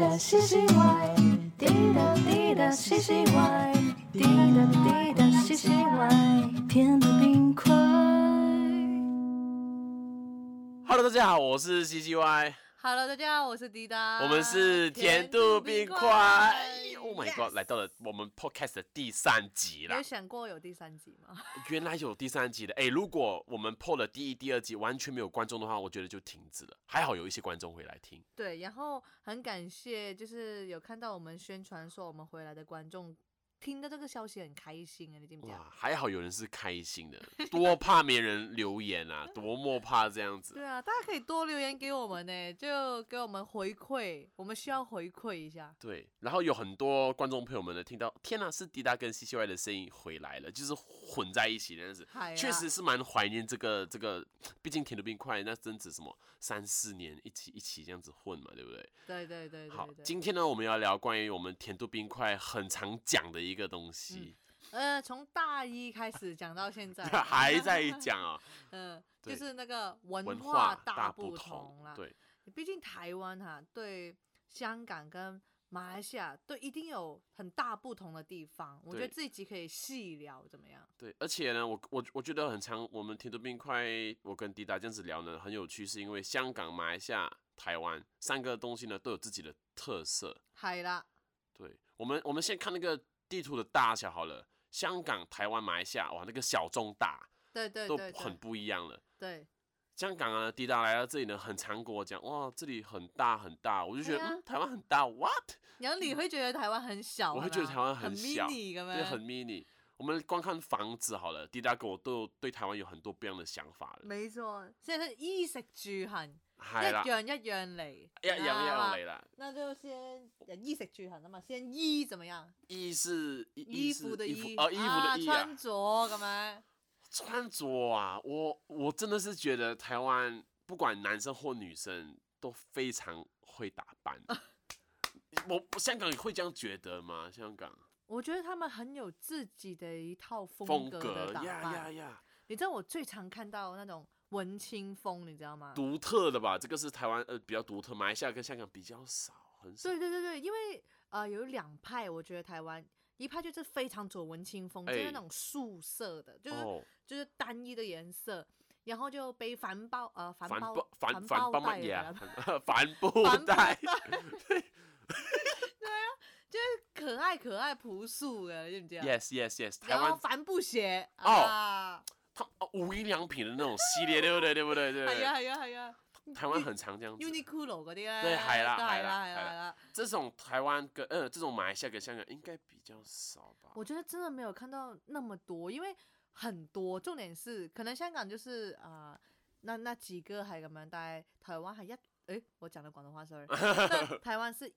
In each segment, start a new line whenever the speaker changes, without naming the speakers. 答西西歪，滴答滴答西西歪，滴答滴答西西歪，甜的冰块。
Hello，大家好，我是 C C Y，
Hello，大家好，我是滴答，
我们是甜度冰块。Oh my god，来到了我们 Podcast 的第三集
有
啦！
想过有第三集吗？
原来有第三集的，哎、如果我们破了第一、第二集完全没有观众的话，我觉得就停止了。还好有一些观众会来听，
对，然后很感谢，就是有看到我们宣传说我们回来的观众听到这个消息很开心啊，你记不记得？
哇，还好有人是开心的，多怕没人留言啊，多么怕这样子。
对啊，大家可以多留言给我们呢，就给我们回馈，我们需要回馈一下。
对，然后有很多观众朋友们呢，听到天呐，是迪达跟 C C Y 的声音回来了，就是混在一起的样子
嗨，啦
确实是蛮怀念这个这个，毕竟甜的冰块那真子什么三四年一起一起这样子混嘛，对不对？
对对对对
好
对，对。
今天呢，我们要聊关于我们甜度冰块很常讲的一个东西，
呃，从大一开始讲到现 嗯在，啊
还在讲啊，
嗯、
对
就是那个文
文化
大
不
同啦。
对，
毕竟台湾哈、对香港跟马来西亚都一定有很大不同的地方，我觉得
对
这一集可以细聊怎么样？
对，而且呢，我我我觉得很常我们甜度冰块，我跟迪达这样子聊呢，很有趣，是因为香港、马来西亚、台湾三个东西呢都有自己的特色。
海啦，
对，我们我们先看那个地图的大小好了，香港、台湾、马来西亚，哇，那个小中大
对对
都
对对
很不一样了。
对，
香港啊，迪达来到这里呢，很常跟我讲，哇，这里很大很大，我就觉得、
对啊
嗯、台湾很大，what？
然后你会觉得台湾很小，
我会觉
对
得
吧
台湾
很
小
mini，根
对，
本
很 mini。我们光看房子好了，迪达跟我都有对台湾有很多不一样的想法了。
没錯，即係衣食住行
係啦
一，樣一樣嚟，
一樣一樣嚟
啦。
啦。
那就先衣食住行啊嘛，先衣怎麼樣？
衣是衣
衣
是
服的
衣服
衣
哦，衣服
啊
的衣啊
穿，着咁樣。
穿着啊，我我真的是觉得台湾不管男生或女生都非常会打扮。
啊
我我香港也会这样觉得吗？香港
我觉得他們很有自己的一套
风
風格
格
的打
呀
扮
呀。呀，
你知道我最常看到那种文青风，你知道吗？
独特的吧？这个是台湾呃比较独特，马来西亚跟香港比较少，很少
对。对对对，因为呃有两派，我觉得台湾一派就是非常走文青风，就是
哎
那种素色的，就是、
哦，
就是单一的颜色，然后就背帆包呃帆
帆
包
布帆
帆
帆
包
包
袋
乜嘢
的
啊？帆帆布
帆布
袋
袋可爱可爱朴素的，你知不知道
，yes yes yes，台
然后
湾
帆布鞋
哦
啊，
它哦无印良品的那种系列，对不对？对不对？对不
系啊
对？
系啊系啊
台湾很常这样子。
，Uniqlo 嗰啲咧，
對係啦
都
係啦係
係啦係
啦
啦係啦。
这种台湾跟呃这种马来西亚跟香港应该比较少吧？
我觉得真的没有看到那么多，因为很多，重点是可能香港就是啊、呃那那几个还咁样，但系台湾还一，诶，我讲的广东话，sorry，但 台湾是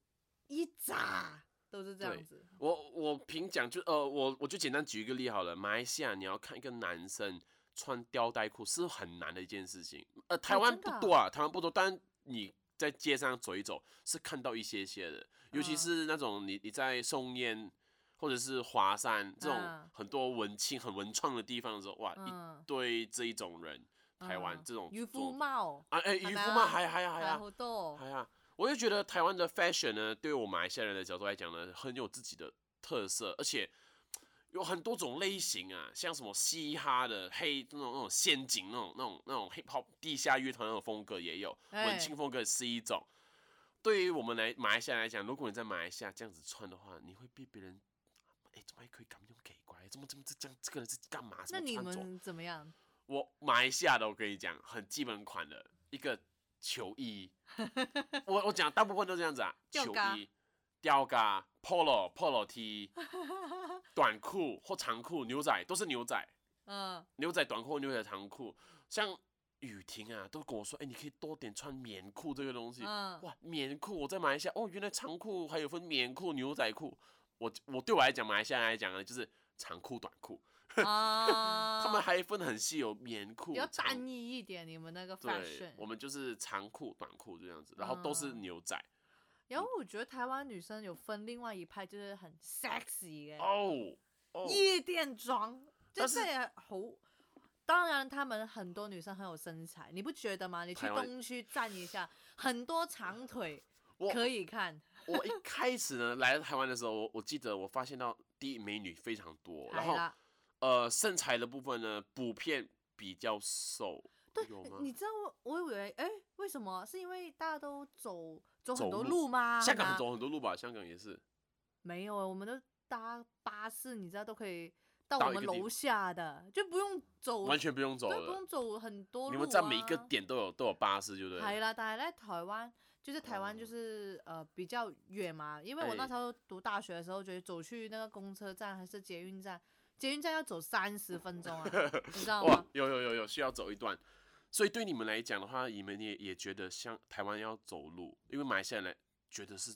一扎都是这样子，
我我凭讲就呃我我就简单举一个例好了，马来西亚你要看一个男生穿吊带裤是很难的一件事情，呃台湾
真的
不
啊
多啊，台湾不多，但你。在街上走一走是看到一些些的，尤其
嗯
是那种你你在松烟或者是华山这种
嗯
很多文青很文创的地方的时候，哇，一
嗯
堆这一种人，台湾
嗯
这种
渔
这种
夫帽，
啊，哎，渔
係
夫
咪啊
帽还还还
还
啊
有，好多，
哎呀，我就觉得台湾的 fashion 呢，对我马来西亚人的角度来讲呢，很有自己的特色，而且有很多种类型啊，像什么嘻哈的、黑那种那种陷阱那种那种那种 hip hop 地下乐团那种风格也有，
哎
文青风格是一种。对于我们来马来西亚来讲，如果你在马来西亚这样子穿的话，你会被别人。哎，怎么可以咁样奇怪？怎么怎么这这样？这个人是干嘛？
那
怎么
你
穿着？
们怎么样？
我马来西亚的，我跟你讲，很基本款的一个球 衣，我我讲大部分都这样子啊，
吊
球
嘎
衣、吊嘎、polo、polo T、短裤或长裤、牛仔都是牛仔，
嗯，
牛仔短裤、牛仔长裤，像。雨婷啊，都跟我说，哎、你可以多点穿棉裤这个东西。
嗯
哇， 棉裤我在马来西亚，哦，原来长裤还有分棉裤、牛仔裤。我我对我来讲，马来西亚来讲呢，就是长裤、短裤，
啊，
他们还分很细，有棉裤、
比较
长
单一一点，你们那个
对
fashion，，
我们就是长裤、短裤这样子，然后都是
嗯
牛仔。
然后我觉得台湾女生有分另外一派，就是很 sexy 嘅。
哦哦，
夜店装，就
但是
是也好。当然，他们很多女生很有身材，你不觉得吗？你去
台湾
东区站一下，很多长腿
我
可以看。
我一开始呢来到台湾的时候，我我记得我发现到第一美女非常多，然
来
后
啦。
呃身材的部分呢普遍比较瘦，
对
有，吗？
你知道我我以为哎，为什么？是因为大家都走走很
走
多
路
路吗？
香港
拿
走很多路吧，香港也是。
没有，我们都搭巴士，你知道都可以到
到
我
一
们
个地
楼
方
下的，就不用走，
完全不用走
对，不
了
用。走很多路、啊。
你们在每一个点都有都有巴士，对不
系
对？
啦，但系咧台灣就是台灣
哦
就是、呃比較遠嘛，因為我那
哎
時候讀大學的時候，覺得走去那個公車站還是捷運站，捷運站要走三十分鐘 啊，你知道
哇
嗎？，
有有有有需要走一段，所以对你们来讲的话，你们也也觉得像台湾要走路，因为马来西亚人觉得是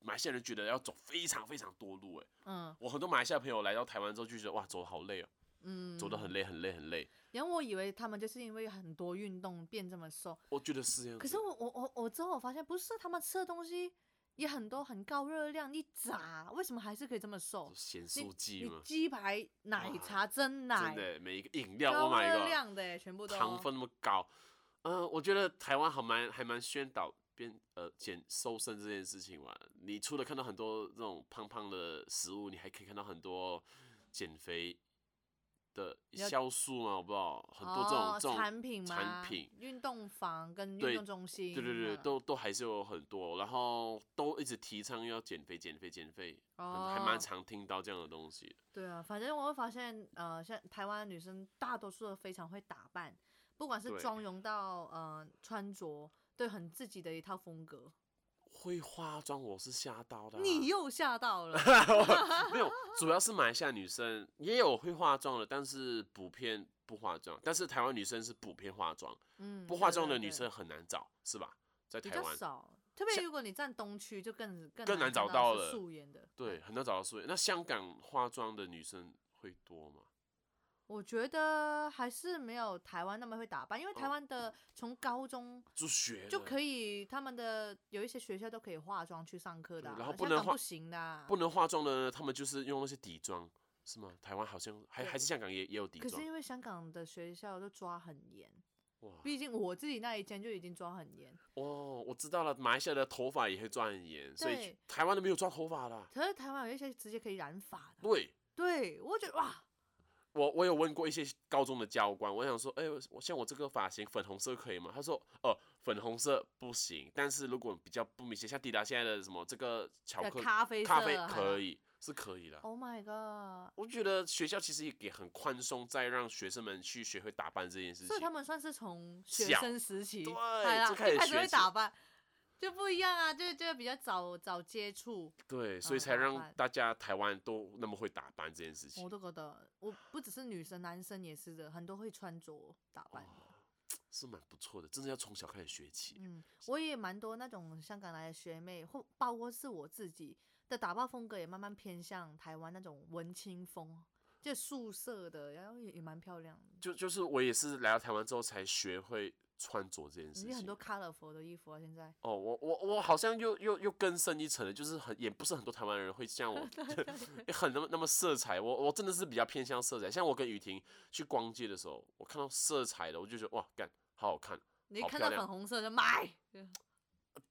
马来西亚人觉得要走非常非常多路，哎，
嗯
我很多马来西亚朋友来到台湾之后就觉得哇，走得好累哦，
嗯，
走得很。累很累很累，
然後我以為他們就是因為很多運動變這麼瘦，
我觉得是这样子。
可是我我我我之后我發現不是，他們吃的東西也很多，很高熱量，一炸為什麼還是可以這麼瘦
有？咸
你
酥鸡
你
嘛，
鸡排、奶
哇
茶、蒸
真，
奶
的每一个饮料，Oh
高
my
热
god，
量的耶全部都
糖分那么高。嗯、我觉得台湾还蛮还蛮宣导变呃减瘦身这件事情吧。你除了看到很多这种胖胖的食物，你还可以看到很多减肥的
你要
酵素嘛，我不知道很多这种、
哦
这种
产品嘛，
产品，
运动房跟运
对
动中心，
对对对，
嗯
都都还是有很多，然后都一直提倡要减肥减肥减肥，很还
哦
蛮常听到这样的东西的。
对啊，反正我会发现，呃，像台湾女生大多数都非常会打扮，不管是
对
妆容到呃穿着，对，很自己的一套风格。
会化妆我是吓到的啊、
你又吓 到了，
没有，主要是马来西亚女生也有会化妆的，但是普遍不化妆。但是台湾女生是普遍化妆，
嗯，
不
对
化妆
对
的女
对
生很难找，是吧？在
比
台
较
湾，
少，特别
像
如果你站东区，就更更
更
难
难找
看
到
是
了
素颜的。
对，很难找到素颜。那香港化妆的女生会多吗？
我觉得还是没有台湾那么会打扮，因为台
哦
湾的从高中
就学
就
了
可以，他们的有一些学校都可以化妆去上课的啊、
对然后不
香
能
港
化
不行的啊、
不能化妆的呢，她们就是用那些底妆，是吗？台湾好像还还
对
是香港也也有底
可是
妆
因为香港的学校都抓很严，
哇
毕竟我自己那一间就已经抓很严。
哦，我知道了，马来西亚的头发也会抓很严，所以
对
台湾都没有抓头发的啊。
可是台湾有一些直接可以染发的，
对，
对我觉得哇，
我我有问过一些高中的教官，我想说，哎、我像我这个发型粉红色可以吗？他说，哦、粉红色不行，但是如果比较不明显，像迪达现在的什么这个巧
呃
克力
咖啡
哦咖啡
色
可
以。
以，是可以的。
Oh my god！
我觉得学校其实也给很宽松，在让学生们去学会打扮这件事
所以他
情。
们算是从学
小
生时期
对
哎呀
就
一
开始
开始
学
会
起
打扮，就不一样啊，就就比较早早接触。
对，所以
嗯
才
打
让
扮
大家台湾都那么会打扮这件事情
我。都觉得，我不只是女生，男生也是的，很多会穿着打扮的。
是蛮不错的，真的要从小开始学起。
嗯，我也蛮多那种香港来的学妹，或包括是我自己的打扮风格也慢慢偏向台湾那种文青风，就素色的，然后也也蛮漂亮的。
就就是我也是来到台湾之后才学会穿着这件事
你
情。
嗯很多 colorful 的衣服啊，现在
哦，我我我好像又又又更深一层了，就是很也不是很多台湾人会像我 很那么那么色彩，我我真的是比较偏向色彩。像我跟雨婷去逛街的时候，我看到色彩的，我就觉得哇，干好好看。
你
好
看
漂
到
亮
粉红色就买，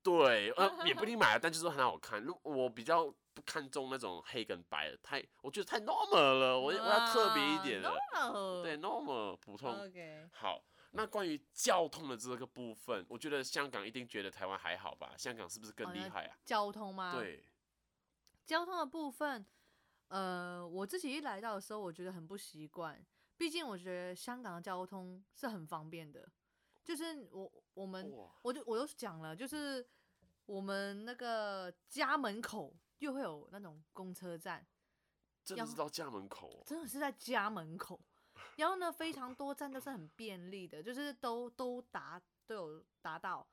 对，呃，也不一定买了，但就是很好看。如我比较不看重那种黑跟白的，太我觉得太 normal 了，我我要特别一点的，
的
对 normal 普通。
哦，OK，
好，那关于交通的这个部分，我觉得香港一定觉得台湾还好吧？香港是不是
哦
更厉
那
害啊？
交通吗？，
对。
交通的部分，呃，我自己一来到的时候，我觉得很不习惯。毕竟我觉得香港的交通是很方便的，就是我我们
哇
我就我都讲了，就是我们那个家门口又会有那种公车站，
真的
要
是到家门口、哦，
真的是在家门口。然后呢，非常多站都是很便利的，就是都都达都有达到，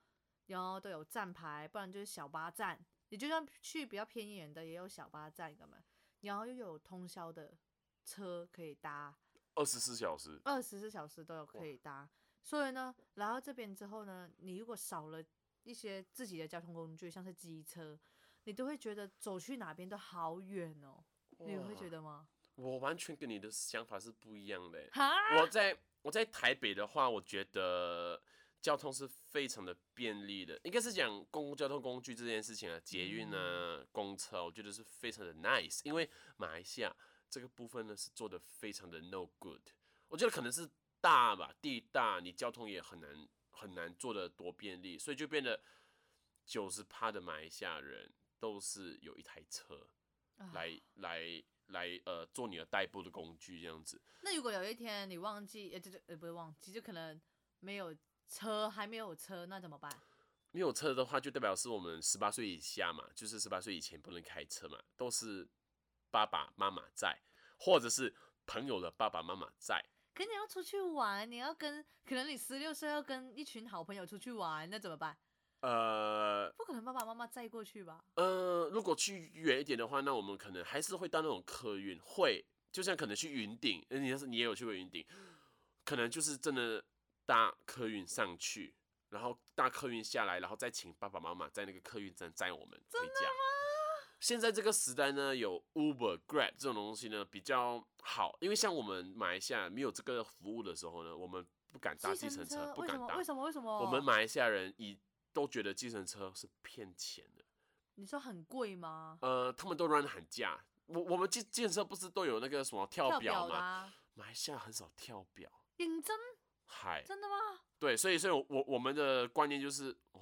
然后都有站牌，不然就是小巴站。你就算去比较偏远的，也有小巴站的嘛。然后又有通宵的车可以搭，
二十四小时。
二十四小时都有可以搭。所以呢，来到这边之后呢，你如果少了一些自己的交通工具，像是机车，你都会觉得走去哪边都好远哦。你会觉
哇，
得吗？
我完全跟你的想法是不一样的欸。
哈，
我在我在台北的话，我觉得交通是非常的便利的，应该是讲公共交通工具这件事情啊，捷运啊、公车啊，我觉得是非常的 nice，因为马来西亚这个部分呢是做的非常的 no good，我觉得可能是大吧，地大，你交通也很难很难做的多便利，所以就变得九十趴的马来西亚人都是有一台车
啊
来来来呃做你的代步的工具这样子，
那如果有一天你忘记，呃，就就呃不是忘记，就可能没有车，还没有车，那怎么办？
没有车的话，就代表是我们十八岁以下嘛，就是十八岁以前不能开车嘛，都是爸爸妈妈在，或者是朋友的爸爸妈妈在。
可你要出去玩，你要跟可能你十六岁要跟一群好朋友出去玩，那怎么办？
呃
不可能爸爸妈妈载过去吧？
呃，如果去远一点的话，那我们可能还是会到那种客运，会就像可能去云顶，呃你要是你也有去过云顶，可能就是真的搭客运上去，然后搭客运下来，然后再请爸爸妈妈在那个客运站载我们回家。现在这个时代呢，有 Uber、Grab 这种东西呢比较好，因为像我们马来西亚没有这个服务的时候呢，我们不敢搭计程车，不
为什
敢
么？
搭
为。什么？为什么？
我们马来西亚人以都觉得计程车是骗钱的，
你说很贵吗？
呃，他们都乱喊价。我我们计计程车不是都有那个什么跳表
表的
吗？
啊，
马来西亚很少跳表，
认真
嗨，
真的吗？
对，所以所以我，我们的观念就是，哇、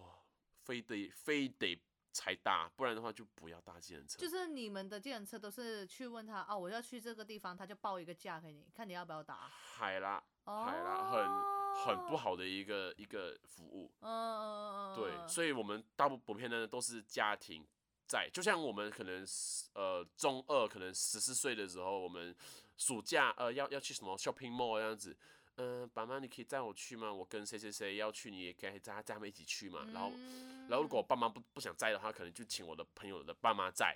非得非得才搭，不然的话就不要搭计程车。
就是你们的计程车都是去问他哦，我要去这个地方，他就报一个价给你，看你要不要打。
海啦，
哦，
海啦，很很不。好的一个一个服务。
嗯嗯嗯嗯。
对，所以我们大部普遍呢都是家庭在，就像我们可能是呃中二，可能十四岁的时候，我们暑假呃要要去什么 shopping mall 这样子，呃，爸妈你可以载我去吗？我跟谁谁谁要去，你也可以载载他们一起去嘛。然后
嗯
然后如果我爸妈不不想载的话，可能就请我的朋友的爸妈载，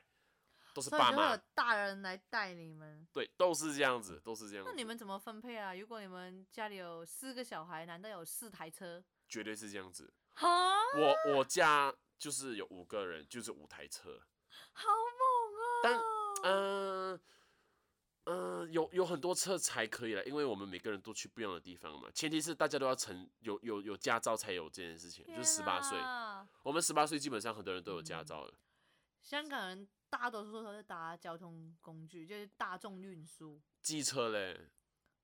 都是
所以
爸
就会有
妈，嗯
大人来带你们。
对，都是这样子，都是这样
那
子，
你们怎么分配啊？如果你们家里有四个小孩，难道有四 台车？
绝对是这样子。
哈，
我我家就是有五个人，就是五台车。
好猛
但
啊！
嗯嗯，有有很多车才可以了，因为我们每个人都去不一样的地方嘛。前提是大家都要成有有有驾照才有这件事情，就是十
天
八岁。
啊
我们十八岁基本上很多人都有驾
嗯
照了。
香港人大多数都是搭交通工具，就是大众运输，
机车嘞，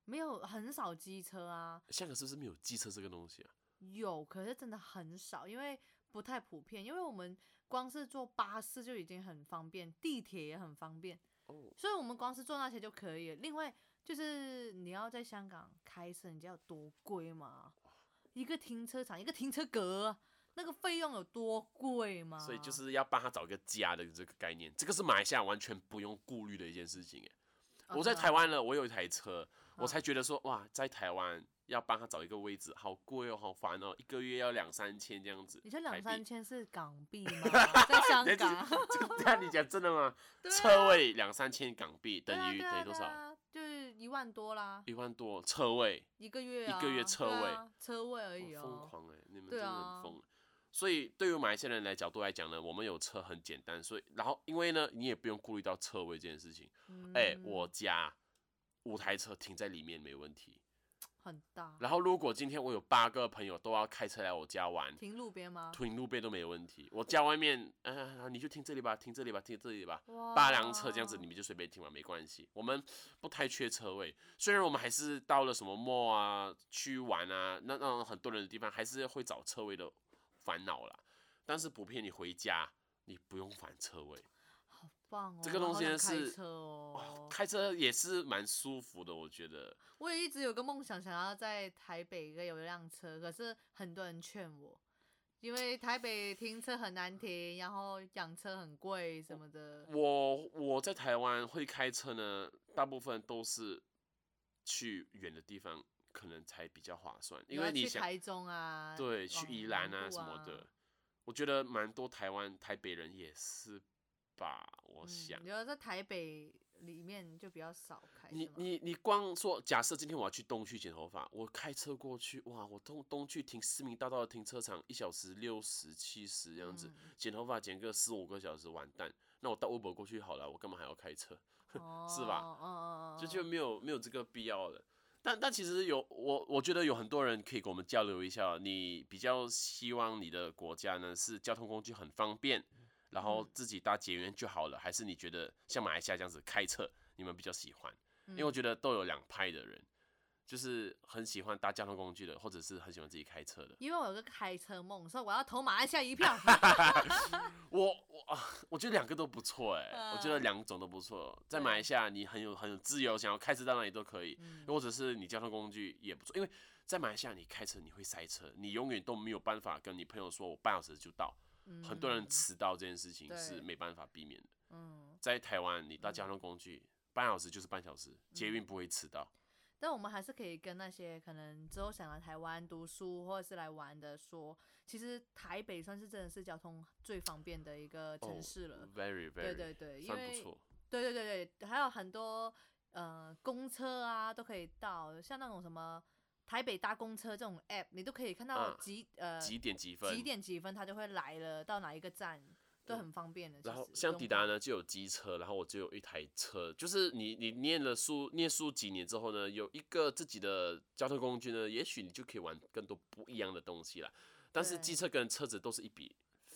没有很少机车啊。
香港是不是没有机车这个东西啊？
有，可是真的很少，因为不太普遍。因为我们光是坐巴士就已经很方便，地铁也很方便，
哦，
所以我们光是坐那些就可以了。另外就是你要在香港开车，你知道有多贵吗？一个停车场，一个停车格啊，那个费用有多贵吗？
所以就。是要帮他找一个家的这个概念，这个是马来西亚完全不用顾虑的一件事情耶。
哦
我
嗯
在台湾了，我有一台车，我才觉得说哇，在台湾要帮他找一个位置，好贵哦，好烦哦，一个月要两三千这样子。
你说
台
两
币
三千是港币吗？ 在香
等下
港，
这 这个，等下你讲真的吗？
对啊
车位两三千港币
对
等
啊
于
对
等于
啊
多
对
少？
啊就是一万多啦，
一万多车位，
一个月、
一
啊、
个月车
对
位
啊车位而
哇
已
疯
哦。
狂哎，你们真
对
的
啊
很疯。所以对于马来西亚人来角度来讲呢，我们有车很简单，所以然后因为呢，你也不用顾虑到车位这件事情。哎，我
嗯
家五台车停在里面没问题。
很大，
然后如果今天我有八个朋友都要开车来我家玩，
停路边吗？
停路边都没问题。我家外面，啊，你就停这里吧，停这里吧，停这里吧。
哇
八辆车这样子，你们就随便停吧，没关系。我们不太缺车位，虽然我们还是到了什么 mall 啊、去玩啊，那那种很多人的地方，还是会找车位的烦恼啦。但是普遍你回家，你不用烦车位，
好棒哦！
这个东西
好
呢
想开
是
车哦
哇，开车也是蛮舒服的，我觉得。
我也一直有个梦想，想要在台北一个有一辆车，可是很多人劝我，因为台北停车很难停，然后养车很贵什么的。
我我在台湾会开车呢，大部分都是去远的地方，可能才比较划算，因
有
为
要
你
去
想
台中啊，
对，去
往
宜兰
南
啊
部
什么的，我觉得蛮多台湾台北人也是吧，我想。
嗯，然后在台北里面就比较少开。
你
是吗
你你光说，假设今天我要去东区剪头发，我开车过去，哇，我东东区停市民大道的停车场，一小时六十七十这样子，
嗯
剪头发剪个四五个小时，完蛋。那我到 Uber 过去好了，我干嘛还要开车？是吧
哦哦哦哦，
就就没有没有这个必要了。但但其实有我，我觉得有很多人可以跟我们交流一下。你比较希望你的国家呢是交通工具很方便，然后
嗯
自己搭捷运就好了，还是你觉得像马来西亚这样子开车，你们比较喜欢？因为我
嗯
觉得都有两派的人，就是很喜欢搭交通工具的，或者是很喜欢自己开车的。
因为我有个开车梦，所以我要投马来西亚 一票。
我我啊，我觉得两个都不错哎、我觉得
嗯
两种都不错。在
对
马来西亚，你很有很有自由，想要开车到哪里都可以。
嗯
或者是你交通工具也不错，因为在马来西亚你开车你会塞车，你永远都没有办法跟你朋友说我半小时就到，很多人
嗯
迟到这件事情是
对
没办法避免的。
嗯，嗯
在台湾你搭交通工具半小时就是半小时，捷运不会迟到。
但我们还是可以跟那些可能之后想来台湾读书或者是来玩的说，其实台北算是真的是交通最方便的一个
哦
城市了。
Very very，
对对对，因
算
为
不错。
对对对对，还有很多呃公车啊都可以到，像那种什么台北搭公车这种 app，你都可以看到
嗯
几、呃
几点几分？嗯
几点几分它就会来了，到哪一个站都很方便的。
然
其
后
实
像
不
抵
用
达
怕
呢就有机车，然后我就有一台车，就是你你念了书念书几年之后呢，有一个自己的交通工具呢，也许你就可以玩更多不一样的东西啦。但是机
对
车跟车子都是一笔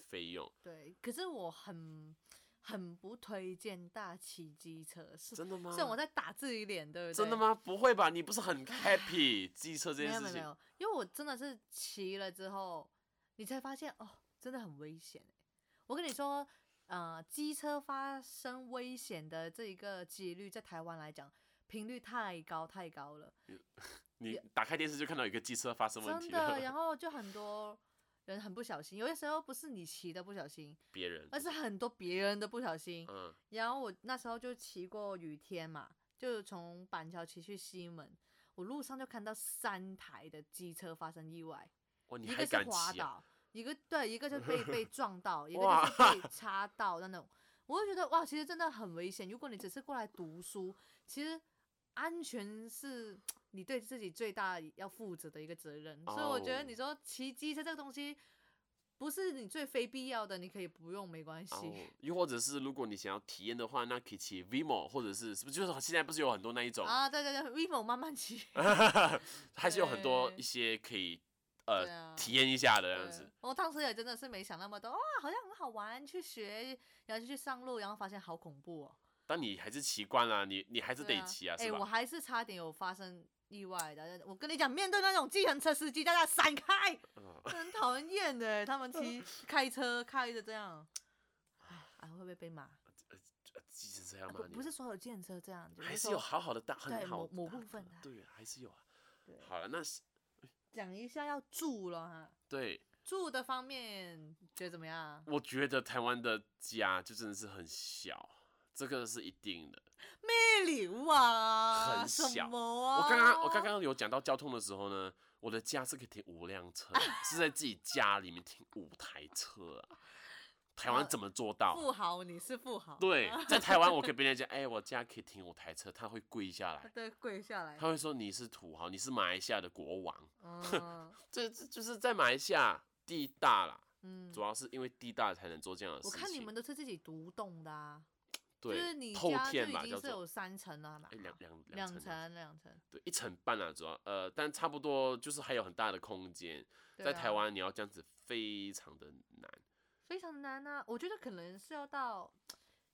费用，
对，可是我很很不推荐大家骑机车，是
真的吗？
虽然我在打自己脸，对不对？
真的？吗？不会吧？你不是很 happy 机车这
没有
件
没
事情？
有没有，因为我真的是骑了之后，你才发现哦，真的很危险欸我跟你说，呃，机车发生危险的这一个几率，在台湾来讲，频率太高太高了，
你打开电视就看到有一个机车发生问
真
题
的。然
了，
后就很多人很不小心，有些时候不是你骑的不小心，
别人
而是很多别人的不小心。
嗯
然后我那时候就骑过雨天嘛，就从板桥骑去西门，我路上就看到三台的机车发生意外，
哇，你
一
还
个是
敢
滑
骑啊？
倒，一个对，一个就 被被撞到，一个
哇
就 是被插到那种。我就觉得哇，其实真的很危险。如果你只是过来读书，其实安全是你对自己最大要负责的一个责任。所以我觉
哦
得你说骑机车这个东西。不是你最非必要的，你可以不用，没关系。
哦，又或者是如果你想要体验的话，那可以骑 Vimo，或者是是不是就是现在不是有很多那一种
啊，对对对，vivo 慢慢骑。
还是有很多
对
一些可以
对
呃
啊
体验一下的这样
对
子。
我当时也真的是没想那么多，哇，好像很好玩，去学，然后就去上路，然后发现好恐怖哦。
但你还是习惯了，你你还是
对
得骑啊，
哎、
是
我
吧？
还是差点有发生意外的。我跟你讲，面对那种计程车司机，大家闪开，
嗯
真的很讨人厌的。欸他们 骑开车开着这样，哎，啊，会不会被骂？啊
呃即使这样
不
嘛，你
不是所有计程车这样，
还
是
是有好好的大
对
很好
某某
大
部分
的
啊
对，还是有啊
对。
好了，那是
讲一下要住了哈。
对，
住的方面觉得怎么 样？
我觉得台湾的家就真的是很小，这个是一定的。
魅力哇，
很
什
小
么啊、
我刚刚我刚刚有讲到交通的时候呢，我的家是可以停五辆车的，是在自己家里面停五台车啊。 台湾
呃
怎么做到？
富豪，你是富豪，
对，在台湾我跟别人讲，哎、我家可以停五台车，他会跪下
他
来，
都跪下来
他，会说你是土豪，你是马来西亚的国王。
嗯
这这就是在马来西亚地大啦，
嗯
主，要是因为地大才能做这样的事
我
情。
看你们都是自己独栋的啊，就
对，
是你
透
家就
天吧
已
叫
经是
做
有，三层了嘛
哎，两两
两
层，
层两层，
对，一层半啊，主要呃，但差不多就是还有很大的空间。
对
在台
啊
湾你要这样子非常的难，
非常难啊，我觉得可能是要到。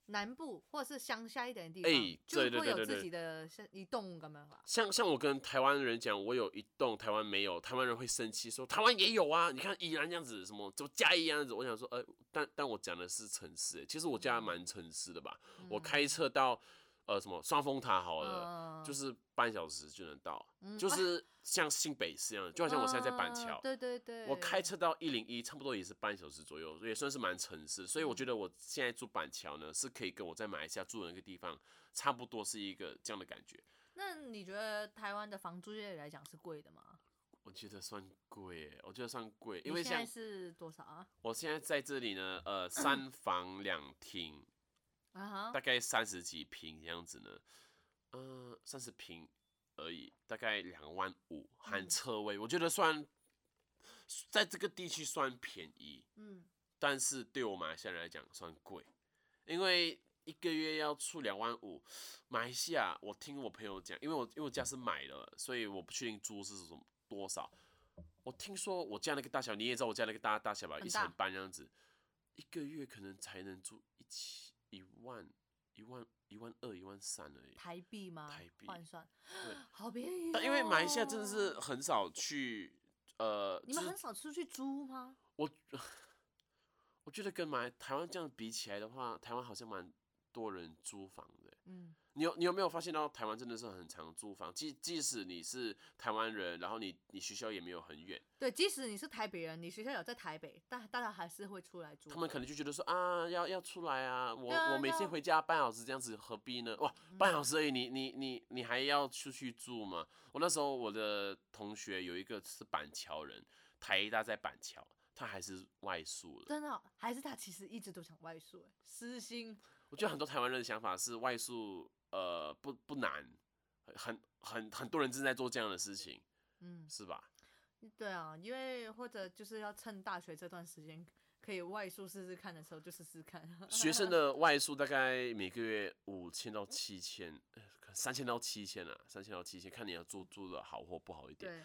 南部或者是乡下一点的地
哎
方，就
对对
会
对
有
对
自
对
己的像一栋咁样吧。
像像我跟台湾人讲，我有一栋台湾没有，台湾人会生气说台湾也有啊，你看宜兰这样子，什么就嘉义这样子。我想说，呃，但但我讲的是城市欸，其实我家蛮城市的吧，我
嗯
开车到呃什么双峰塔好了，
嗯
就是半小时就能到，
嗯
就
哎
是像新北市一样的，就好像我现在在板
嗯
桥。
对对对，
我开车到一零一，差不多也是半小时左右，也算是蛮城市。所以
嗯
我觉得我现在住板桥呢，是可以跟我在马来西亚住的那个地方差不多是一个这样的感觉。
那你觉得台湾的房租业来讲是贵的吗？
我觉得算贵耶，我觉得算贵，因
你
为
现在
像
是多少啊？
我现在在这里呢，呃，三房两厅，
啊哈
大，概三十几平这样子呢，呃，三十平而已，大概两万五含
嗯
车位，我觉得算在这个地区算便宜，
嗯，
但是对我马来西亚人来讲算贵，因为一个月要出两万五。马来西亚，我听我朋友讲，因为我因为我家是买的，所以我不确定租是什么多少。我听说我家那个大小，你也知道我家那个大大小吧，
很
一
大
层半这样子，一个月可能才能住一起一万一万一万二一万三而已。
台币吗？
台币
换算，
对，
好便宜、哦
但因为马来西亚真的是，很少去，呃，
你
就
们
是
很少出去租吗？
我我觉得跟马来台湾这样比起来的话，台湾好像蛮多人租房的欸。
嗯，
你有你有没有发现到台湾真的是很常租房？即即使你是台湾人，然后你你学校也没有很远，
对，即使你是台北人，你学校有在台北，但大家还是会出来租。
他们可能就觉得说啊，要要出来啊，我
对啊嗯
我每
要
天回家半小时这样子，何必呢？哇，半小时而已，你你你你还要出去住吗？我那时候我的同学有一个是板桥人，台大在板桥，他还是外宿了。
真的哦、还是他其实一直都想外宿，私心
我觉得很多台湾人的想法是外宿，呃，不不难，很很很多人正在做这样的事情，
嗯，
是吧？
对啊，因为或者就是要趁大学这段时间可以外宿试试看的时候就试试看。
学生的外宿大概每个月五千到七千，呃三千到七千啊，三千到七千，看你要住住的好或不好一点。
对，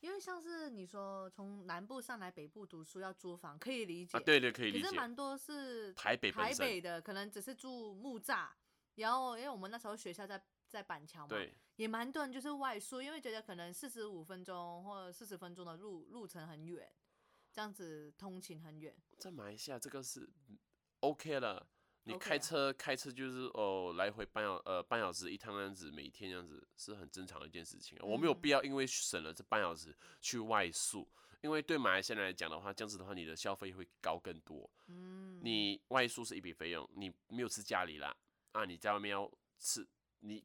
因为像是你说从南部上来北部读书要租房，可以理解
啊，对对，可以
可
理
是
解。
蛮多是
台北本
台
身
北的，可能只是住木栅，然后因为我们那时候学校在在板桥嘛，
对，
也蛮多人就是外宿，因为觉得可能四十五分钟或四十分钟的路路程很远，这样子通勤很远。
在马来西亚这个是 OK 了，你
OK
开
啊
车开车就是哦来回半小呃半小时一趟这样子，每天这样子是很正常的一件事情啊。我没有
嗯
必要因为省了这半小时去外宿，因为对马来西亚人来讲的话，这样子的话你的消费会高更多。
嗯，
你外宿是一笔费用，你没有吃家里啦，啊，你在外面要吃，你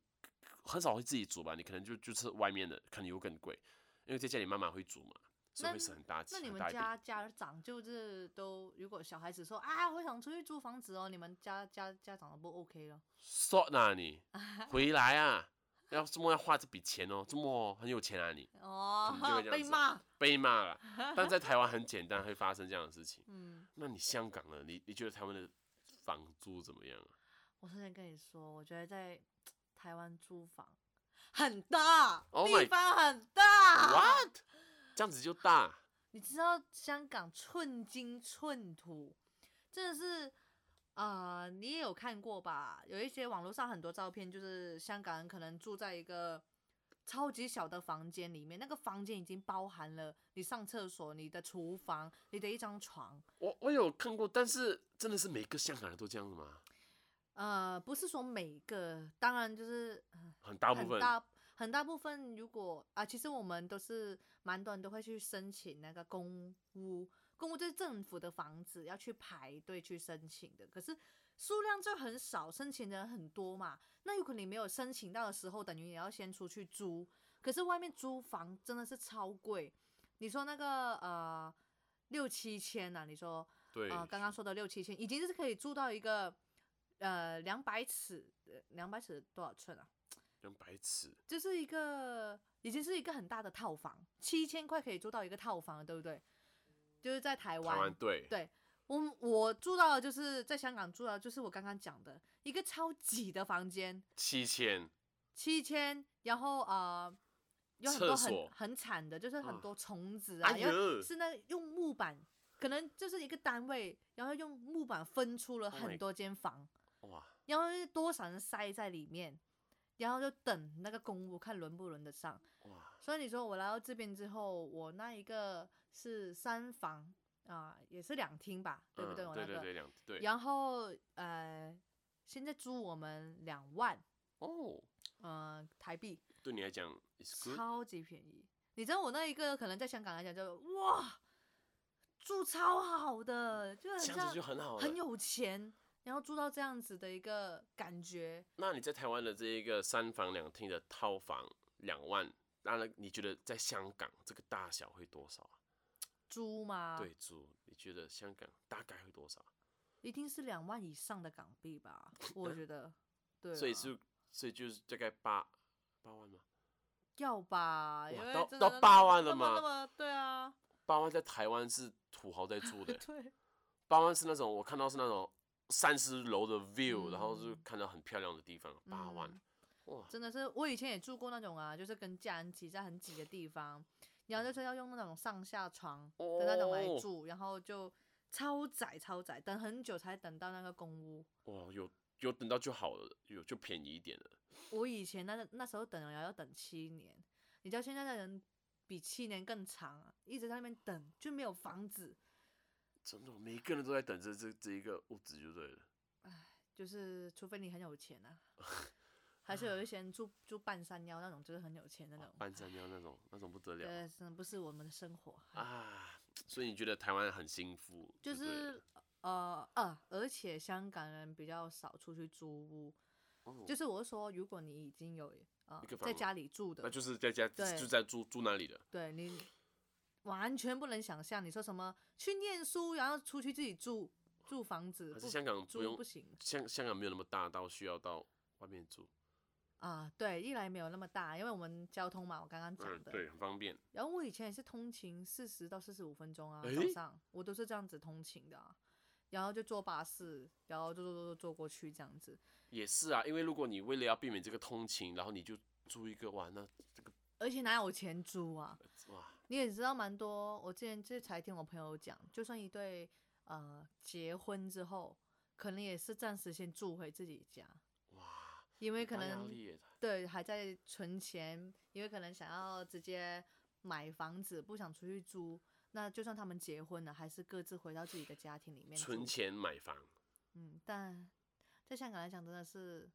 很少会自己煮吧？你可能就就吃外面的，可能又更贵，因为在家里妈妈会煮嘛，所以
那
会是很大
那你
很
们
大一笔
家家长就是都，如果小孩子说啊，我想出去租房子哦，你们家家家长都不 OK 了？
说那啊你回来啊，要这么要花这笔钱哦，这么很有钱啊你，
哦
可能就会，这样
被
子
骂。
被骂了。但在台湾很简单，会发生这样的事情。
嗯，
那你香港呢？你你觉得台湾的房租怎么样啊？
我之前跟你说，我觉得在台湾租房很大
Oh
地
my-
方很大。
What？这样子就大，
你知道香港寸金寸土，真的是，呃，你也有看过吧？有一些网络上很多照片，就是香港人可能住在一个超级小的房间里面，那个房间已经包含了你上厕所、你的厨房、你的一张床。
我我有看过，但是真的是每个香港人都这样子吗？
呃，不是说每个，当然就是呃
很大部
很
分
大很大部分，如果啊，其实我们都是蛮多人都会去申请那个公屋，公屋就是政府的房子，要去排队去申请的。可是数量就很少，申请的人很多嘛。那如果你没有申请到的时候，等于你要先出去租。可是外面租房真的是超贵，你说那个呃六七千呐、你说
对，
啊、刚刚说的六七千，已经是可以住到一个呃两百尺，两百尺多少寸啊？
用白痴，
就是一个已经是一个很大的套房，七千块可以租到一个套房了，对不对？就是在台
台湾
湾，
对
对我我住到的就是在香港住到，就是我刚刚讲的一个超挤的房间，
七千，
七千，然后呃。有很多
厕
很
所
很惨的，就是很
啊
多虫子啊，
哎
因为
呦
是那用木板，可能就是一个单位，然后用木板分出了
Oh
很
my-
多间房，
哇，
然后就是多少人塞在里面，然后就等那个公屋看轮不轮得上。
哇，
所以你说我来到这边之后，我那一个是三房啊、也是两厅吧，对不对？
嗯
我那
对对
个，
对，两对
然后呃，现在租我们两万，
哦，
嗯、台币，
对你来讲，it's good，
超级便宜。你知道我那一个可能在香港来讲就哇，住超好的，就很
这
像
样子就很好了
很。有钱，然后住到这样子的一个感觉，
那你在台湾的这一个三房两厅的套房两万，那了你觉得在香港这个大小会多少啊？
租吗？
对，，租你觉得香港大概会多少？
一定是两万以上的港币吧，我觉得。对啊，
所以是，所以就是大概八八万吗？
要吧，因
哇
为
到
真的
到
那么
八万了
那么
吗
那么 对啊，
八万在台湾是土豪在住的，
对，
八万是那种我看到是那种三十楼的 view，、然后就
嗯
看到很漂亮的地方，八万，
嗯
哇，
真的是，我以前也住过那种啊，就是跟家人挤在很挤的地方，你要就是要用那种上下床的那种来
哦
住，然后就超窄超窄，等很久才等到那个公屋。
哇，有有等到就好了，有就便宜一点了，
我以前那个那时候等了要等七年，你知道现在的人比七年更长啊，一直在那边等就没有房子，
真的，每个人都在等这这这一个物质就对了。
就是除非你很有钱 啊，还是有一些人住住半山腰那种，就是很有钱那
哇
种。
半山腰那种，那种不得了
呃，真的不是我们的生活，哎
啊！所以你觉得台湾很幸福，
就
对了
是呃呃，而且香港人比较少出去租屋，
哦
就是我是说，如果你已经有呃
一个
在
房
家里住的，
那就是在家
对
就在住住那里了，
对你完全不能想象，你说什么去念书，然后出去自己住住房子，
可
不
是香港不
租
用
不行
香香港没有那么大到需要到外面住，
啊。对，一来没有那么大，因为我们交通嘛，我刚刚讲
嗯，
的。
对，很方便。
然后我以前也是通勤四十到四十五分钟啊，
诶
早上我都是这样子通勤的、啊，然后就坐巴士，然后坐坐坐坐坐过去这样子。
也是啊，因为如果你为了要避免这个通勤，然后你就租一个哇，那这个
而且哪有钱租啊？
哇，
你也知道蛮多，我之前这才听我朋友讲，就算一对呃结婚之后，可能也是暂时先住回自己家，
哇，
因为可
很大压
能
力耶
对还在存钱，因为可能想要直接买房子，不想出去租。那就算他们结婚了，还是各自回到自己的家庭里面
存
住。
钱买房，
嗯，但在香港来讲，真的是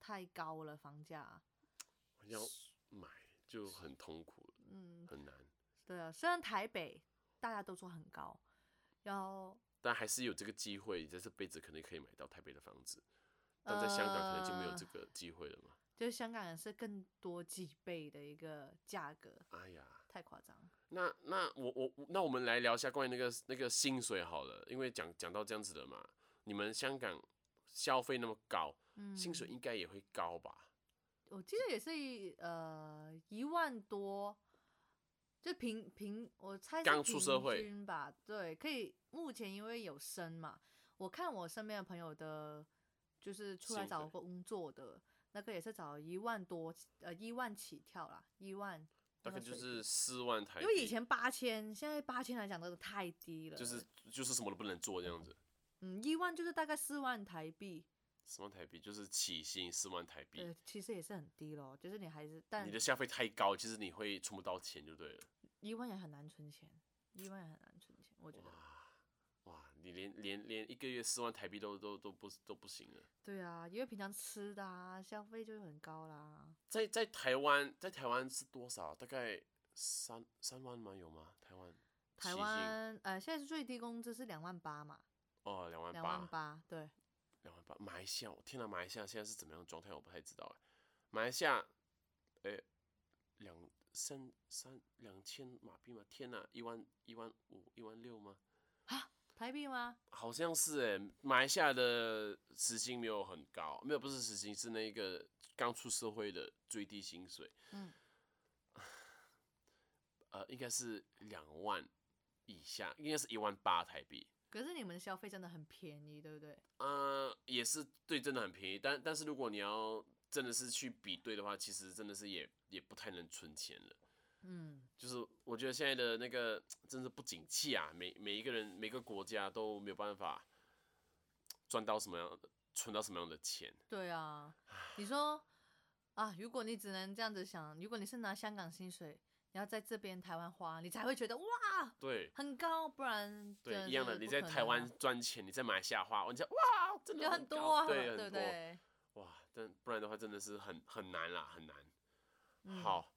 太高了房价。
要买就很痛苦，
嗯，
很难，
对啊，虽然台北大家都说很高，然后
但还是有这个机会，你在这辈子可能可以买到台北的房子，但在香港可能就没有这
呃
个机会了嘛。
就是香港人是更多几倍的一个价格，
哎呀，
太夸张了。
那那我我那我们来聊一下关于那个那个薪水好了，因为讲讲到这样子的嘛，你们香港消费那么高，
嗯，
薪水应该也会高吧？
我记得也是一呃一万多，就平平，我猜是
刚出社会
平均吧，对，可以。目前因为有升嘛，我看我身边的朋友的，就是出来
薪
找
水
工作的那个也是找一万多，呃，一万起跳啦，一万
大
那
概
个
就
水平。
是四万台币，
因为以前八千，现在八千来讲真的太低了，
就是就是什么都不能做这样子，
嗯，一万就是大概四万台币，
四万台币就是起薪四万台币，
呃，其实也是很低咯，就是你还是，但
你的消费太高，其实你会存不到钱就对了。
一万也很难存钱，一万也很难存钱，我觉得。
哇哇，你连连连一个月四万台币都都都不都不行了。
对啊，因为平常吃的啊，消费就很高啦。
在在台湾，在台湾是多少？大概三三万吗？有吗？台湾
台
起薪
湾呃，现在是最低工资是两万八嘛，
哦，两万
两
八
万，八，对，
两万八。马来西亚，我天哪，马来西亚现在是怎么样的状态？我不太知道哎。马来西亚，哎、两三三两千马币吗？天哪，一万一万五一万六吗？
台币吗？
好像是哎、马来西亚的时薪没有很高，没有不是时薪，是那个刚出社会的最低薪水，
嗯，
呃，应该是两万以下，应该是一万八台币。
可是你们的消费真的很便宜，对不对？
呃，也是对，真的很便宜。但但是如果你要真的是去比对的话，其实真的是也也不太能存钱了。
嗯，
就是我觉得现在的那个真的不景气啊，每每一个人每个国家都没有办法赚到什么样的存到什么样的钱。
对啊，你说啊，如果你只能这样子想，如果你是拿香港薪水，然后在这边台湾花，你才会觉得哇
对
很高，不然真
对，一样
是
的，你
不
在
可
台
能啊
湾赚钱，你在马来西亚花，我讲哇，真的
就
很
很多
高
啊，
对，
对
很
不
多
对？
哇，但不然的话真的是很很难啦，很难。
嗯，
好，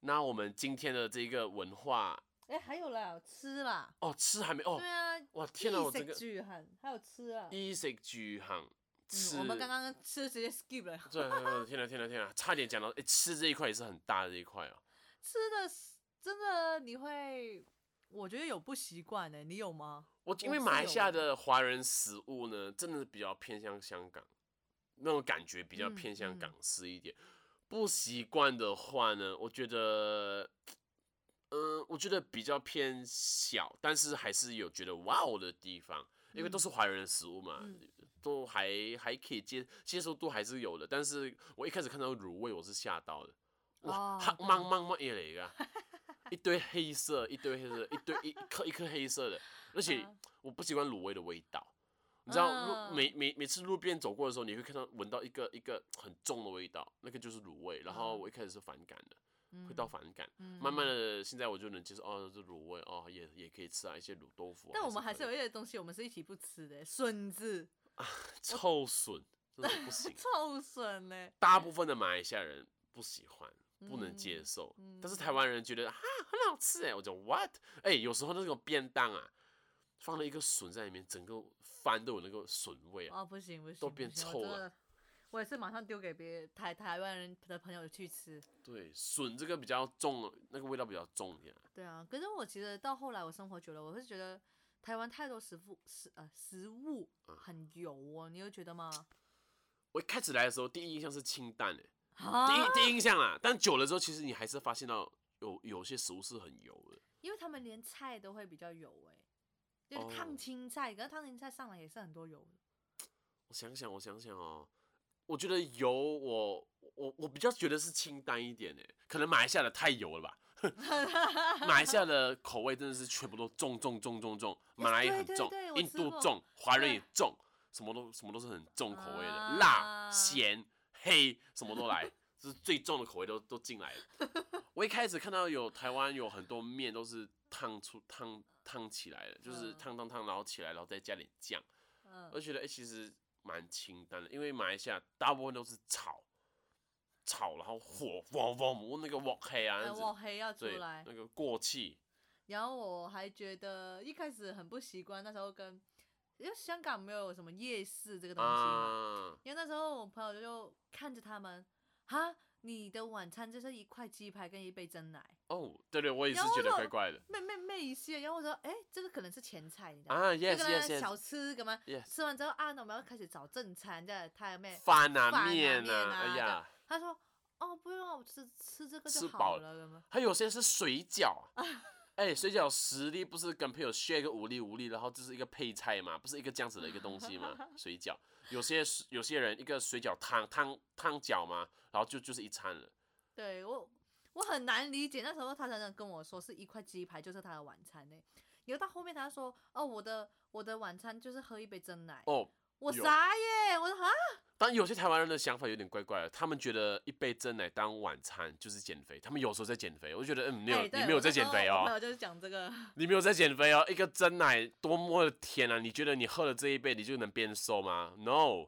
那我们今天的这个文化
哎，还有啦，有吃啦，
哦，吃还没哦
对，啊，
哇天哪，我
食
这个
住行还有吃啊。
衣食住行吃，
嗯，我们刚刚吃直接 skip 了，
对，对对天哪天哪天哪，差点讲到诶，吃这一块也是很大的一块哦。
吃的是真的你会，我觉得有不习惯的，你有吗？
我因为
是哦
马来
有
西亚
的
的华人食物呢，真的比较偏向香港，那种感觉比较
嗯
偏向
嗯
港式一点。不习惯的话呢，我觉得，嗯、我觉得比较偏小，但是还是有觉得哇哦的地方，因为都
嗯
是华人的食物嘛，
嗯
都还还可以接接受度还是有的，但是我一开始看到卤味我是吓到的，哇，
哦
黑
对
茫茫茫一来个，一堆黑色，一堆黑色，一堆一一颗一颗黑色的，而且
嗯
我不喜欢卤味的味道。你知道路
嗯
每每每次路边走过的时候，你会看到闻到一个一个很重的味道，那个就是卤味。然后
嗯
我一开始是反感的，会
嗯
到反感。
嗯
慢慢的，现在我就能接受，哦，这卤味，哦，也也可以吃啊，一些卤豆腐啊。
但我们还是
可以
有一些东西我们是一起不吃的，笋子、
臭笋，真的不 行。
臭笋欸呢。
大部分的马来西亚人不喜欢，不能接
嗯
受。但是
嗯
台湾人觉得啊，很好吃哎，我讲 what？哎，有时候那种便当啊，放了一个笋在里面，整个饭都有那个笋味啊。
哦，不行不行，
都
不
变
行我
臭
真
了
的。我也是马上丢给别人台台湾人的朋友去吃。
对，笋这个比较重，那个味道比较重一点啊。
对啊，可是我其实到后来我生活久了，我会觉得台湾太多食物食呃食物
嗯
很油哦，你有觉得吗？
我一开始来的时候，第一印象是清淡诶、第
啊，
一第一印象啊，但久了之后，其实你还是发现到有有些食物是很油的。
因为他们连菜都会比较油哎、就是
哦
烫青菜，可是烫青菜上来也是很多油的。
我想想，我想想哦，我觉得油我我我比较觉得是清淡一点诶、欸可能马来西亚的太油 了吧。马来西亚的口味真的是全部都重重重重重，马来也很重
对对对，我
印
吃
度
过
重，华人
对
也重，什么都什么都是很重口味的，辣、
啊
咸、黑，什么都来，就是最重的口味都都进来了。我一开始看到有台湾有很多面都是烫出烫烫起来的，就是
嗯
烫烫烫，然后起来，然后再加点酱，我就
嗯，
觉得哎、诶其实蛮清淡的，因为马来西亚大部分都是炒。炒，然后火汪汪，我那个汪黑啊，那
哎
样子
我黑要出
对，
来。
那个过气，
然后我还觉得一开始很不习惯，那时候跟因为香港没有什么夜市这个东西嘛，
啊，
因为那时候我朋友就看着他们，哈，你的晚餐就是一块鸡排跟一杯蒸奶，
哦，对对，我也是
然后
觉得
我
怪怪的
妹妹妹一些，然后我说，哎，这个可能是前菜，你知道吗？
啊
这
，yes
个
yes
小
yes，
吃干嘛
Yes
吃完之后啊，那我们要开始找正餐，这样他妹，
饭
饭
啊
啊
面
面啊
哎
这样
呀，
他说，哦，不用啊，我吃吃这个
吃
就
饱
好
了
了，干嘛？
还有些是水饺啊，哎，水饺实力不是跟朋友 share 一个五粒五粒，然后就是一个配菜嘛，不是一个这样子的一个东西 嘛，水饺，有些是有些人一个水饺汤汤汤饺嘛，然后就就是一餐了，
对我，我很难理解。那时候他常常跟我说是一块鸡排就是他的晚餐呢、然后到后面他说哦，我的我的晚餐就是喝一杯蒸奶。
哦。
我
有
傻耶！我说啊，
但有些台湾人的想法有点怪怪的，他们觉得一杯真奶当晚餐就是减肥，他们有时候在减肥，我就觉得嗯，没有，
哎对
你没有
我
在
那时
减肥
候
哦
我，没有，就是讲这个。
你没有在减肥哦，一个真奶多么的甜啊！你觉得你喝了这一杯你就能变瘦吗？No，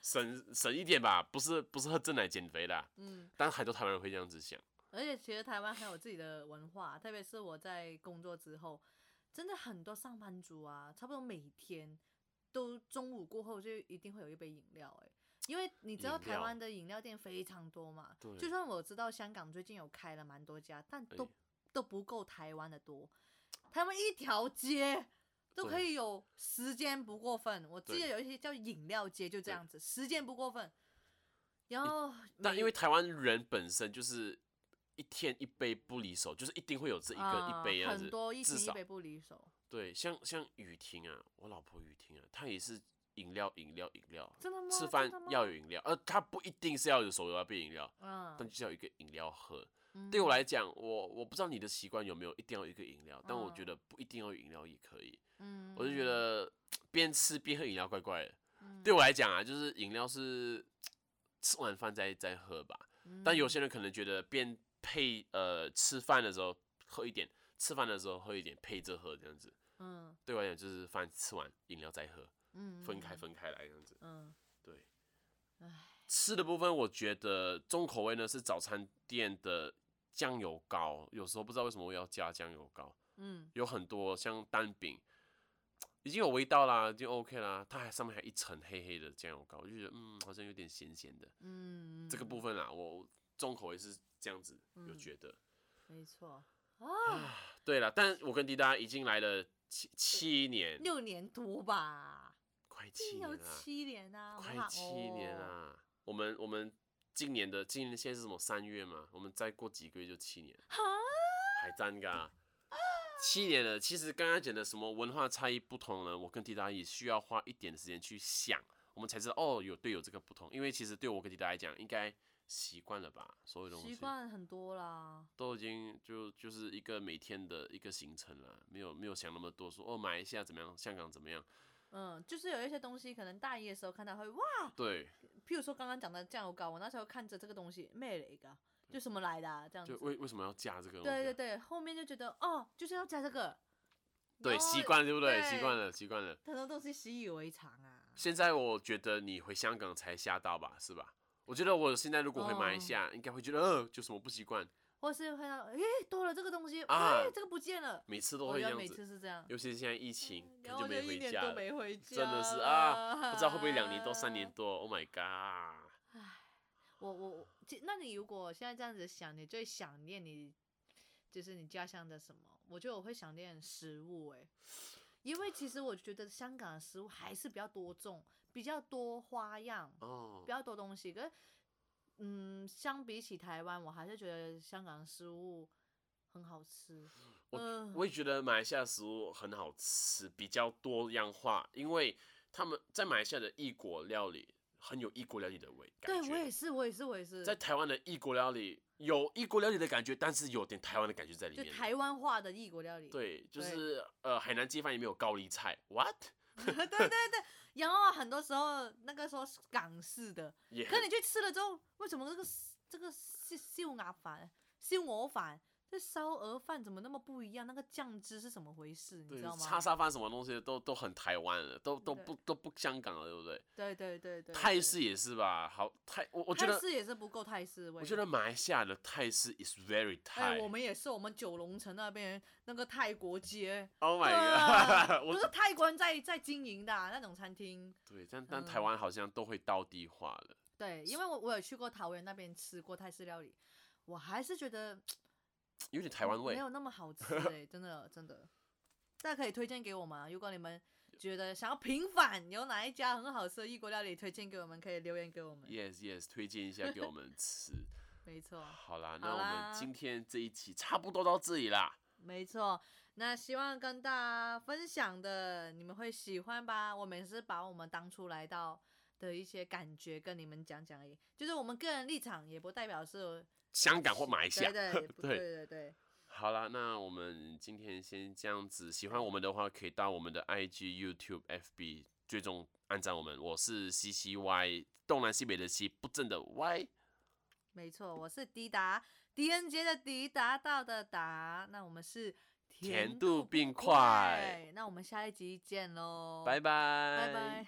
省省一点吧，不是不是喝真奶减肥的啊、
嗯，
但很多台湾人会这样子想，
而且其实台湾还有自己的文化，特别是我在工作之后，真的很多上班族啊，差不多每天都中午过后就一定会有一杯饮料、欸，因为你知道
饮料
台湾的饮料店非常多嘛，
对
就算我知道香港最近有开了蛮多家，但都、
哎
都不够台湾的多，台湾一条街。都可以有时间不过分，我记得
对
有一些叫饮料街，就这
对
样子，时间不过分。然后
但
每
因为台湾人本身就是一天一杯不离手，就是一定会有这一个、
啊
一杯这样
很
子，
多一
至
天一
少
杯不离手，
对，像像雨婷啊，我老婆雨婷啊，她也是饮料饮料饮料，
真的吗？
吃
真
饭
的吗
要有饮料，呃，她不一定是要有手摇杯饮料，但
嗯，
就是要有一个饮料喝。
嗯
对我来讲，我我不知道你的习惯有没有一定要有一个饮料，但我觉
嗯
得不一定要有饮料也可以。
嗯，
我就觉得边吃边喝饮料怪怪的。
嗯，
对我来讲啊，就是饮料是吃完饭再再喝吧。
嗯
但有些人可能觉得边配呃吃饭的时候喝一点，吃饭的时候喝一点，配着喝这样子。
嗯
对我来讲就是饭吃完饮料再喝，
嗯
分开，分开来这样子。
嗯
对，
唉
吃的部分，我觉得重口味呢是早餐店的酱油膏，有时候不知道为什么我要加酱油膏，
嗯
有很多像蛋饼已经有味道啦，就 OK 啦，它还上面还一层黑黑的酱油膏，我就觉得嗯好像有点咸咸的。
嗯，
这个部分啊，我重口味是这样子有
嗯
觉得。
没错，啊
对了，但我跟迪达已经来了七七年，
六年多吧，
快
一
七
定
年
有
了，
七年啊，
快
哇
七年啊
哦，
啦。我们我们今年的今年现在是什么三月嘛？我们再过几个月就七年。
哈，
海战噶，七年了，其实刚刚讲的什么文化差异不同呢，我跟迪达也需要花一点时间去想，我们才知道哦，有对有这个不同。因为其实对我跟迪达来讲，应该习惯了吧，所有东
习
西
惯很多啦。
都已经就就是一个每天的一个行程了，没有没有想那么多，说哦马来西亚怎么样，香港怎么样，
嗯，就是有一些东西，可能大一的时候看到会哇，
对，
譬如说刚刚讲的酱油膏，我那时候看着这个东西咩嚟噶，就什么来的、啊、这样
嗯
子
就。为为什么要加这个东西啊？
对对对，后面就觉得哦，就是要加这个。
对，
然后
习惯了对不对？习
哦对
惯了，习惯了。
很多东西习以为常啊。
现在我觉得你回香港才吓到吧，是吧？我觉得我现在如果回马来西
哦
亚，应该会觉得呃，就什么不习惯，
或是看到诶多了这个东西，哎、
啊
这个不见了，
每次都
我
会
觉
这样
得每次
子。
是这样。
尤其是现在疫情，
然
很久
后
没
就一
回
年
家
多
了，
没回家，
真的是啊，不知道会不会两年多、三年。多？Oh my god！
我我我，其那你如果现在这样子想，你最想念你就是你家乡的什么？我觉得我会想念食物、欸，因为其实我觉得香港的食物还是比较多种，比较多花样，
哦
比，较多东西。可是，嗯，相比起台湾，我还是觉得香港的食物很好吃。嗯
我也觉得马来西亚食物很好吃，比较多样化，因为他们在马来西亚的异国料理很有异国料理的味，感
对
觉
我也是，我也是，我也是，
在台湾的异国料理有异国料理的感觉，但是有点台湾的感觉在里
就
面。
台湾化的异国料理。
对，就
对
是呃，海南鸡饭里面有高丽菜，what
对对对，然后很多时候那个时候是港式的，
也
可
很
你去吃了之后，为什么这个这个烧烧鸭饭、烧鹅饭、这烧鹅饭怎么那么不一样？那个酱汁是怎么回事？你
对
知道
叉
吗？
烧饭什么东西都都很台湾了，都都
对
不都不香港了，对不对？
对对对对，
泰
对
式也是吧，好泰，我我觉
泰
得
式也是不够泰式味。
我觉得马来西亚的泰式 is very
哎、
泰
我们也是，我们九龙城那边那个泰国街，
，Oh my
对啊
god，
都
我
是泰国人在在经营的啊、那种餐厅。
对，但但
嗯
台湾好像都会道地化了，
对，因为我我有去过桃园那边吃过泰式料理，我还是觉得
有点台湾味
没。有那么好吃哎、真的真的。大家可以推荐给我们啊，如果你们觉得想要平反，有哪一家很好吃的异国料理推荐给我们，可以留言给我们。
Yes Yes，推荐一下给我们 吃。
没错，
好啦，那
好
我
啦
们今天这一期差不多到这里啦。
没错。那希望跟大家分享的你们会喜欢吧。我们也是把我们当初来到的一些感觉跟你们讲讲而已，就是我们个人立场，也不代表是
香港或马来西亚，
对对 不
对
对对对。
好啦，那我们今天先这样子。喜欢我们的话，可以到我们的 IG、YouTube、FB 追踪按赞我们。我是 C C Y，东南西北的西，不正的 Y。
没错，我是迪达，狄仁杰的迪，达到的达。那我们是
甜度并
不
快，
那我们下一集见喽，
拜拜，
哦拜拜。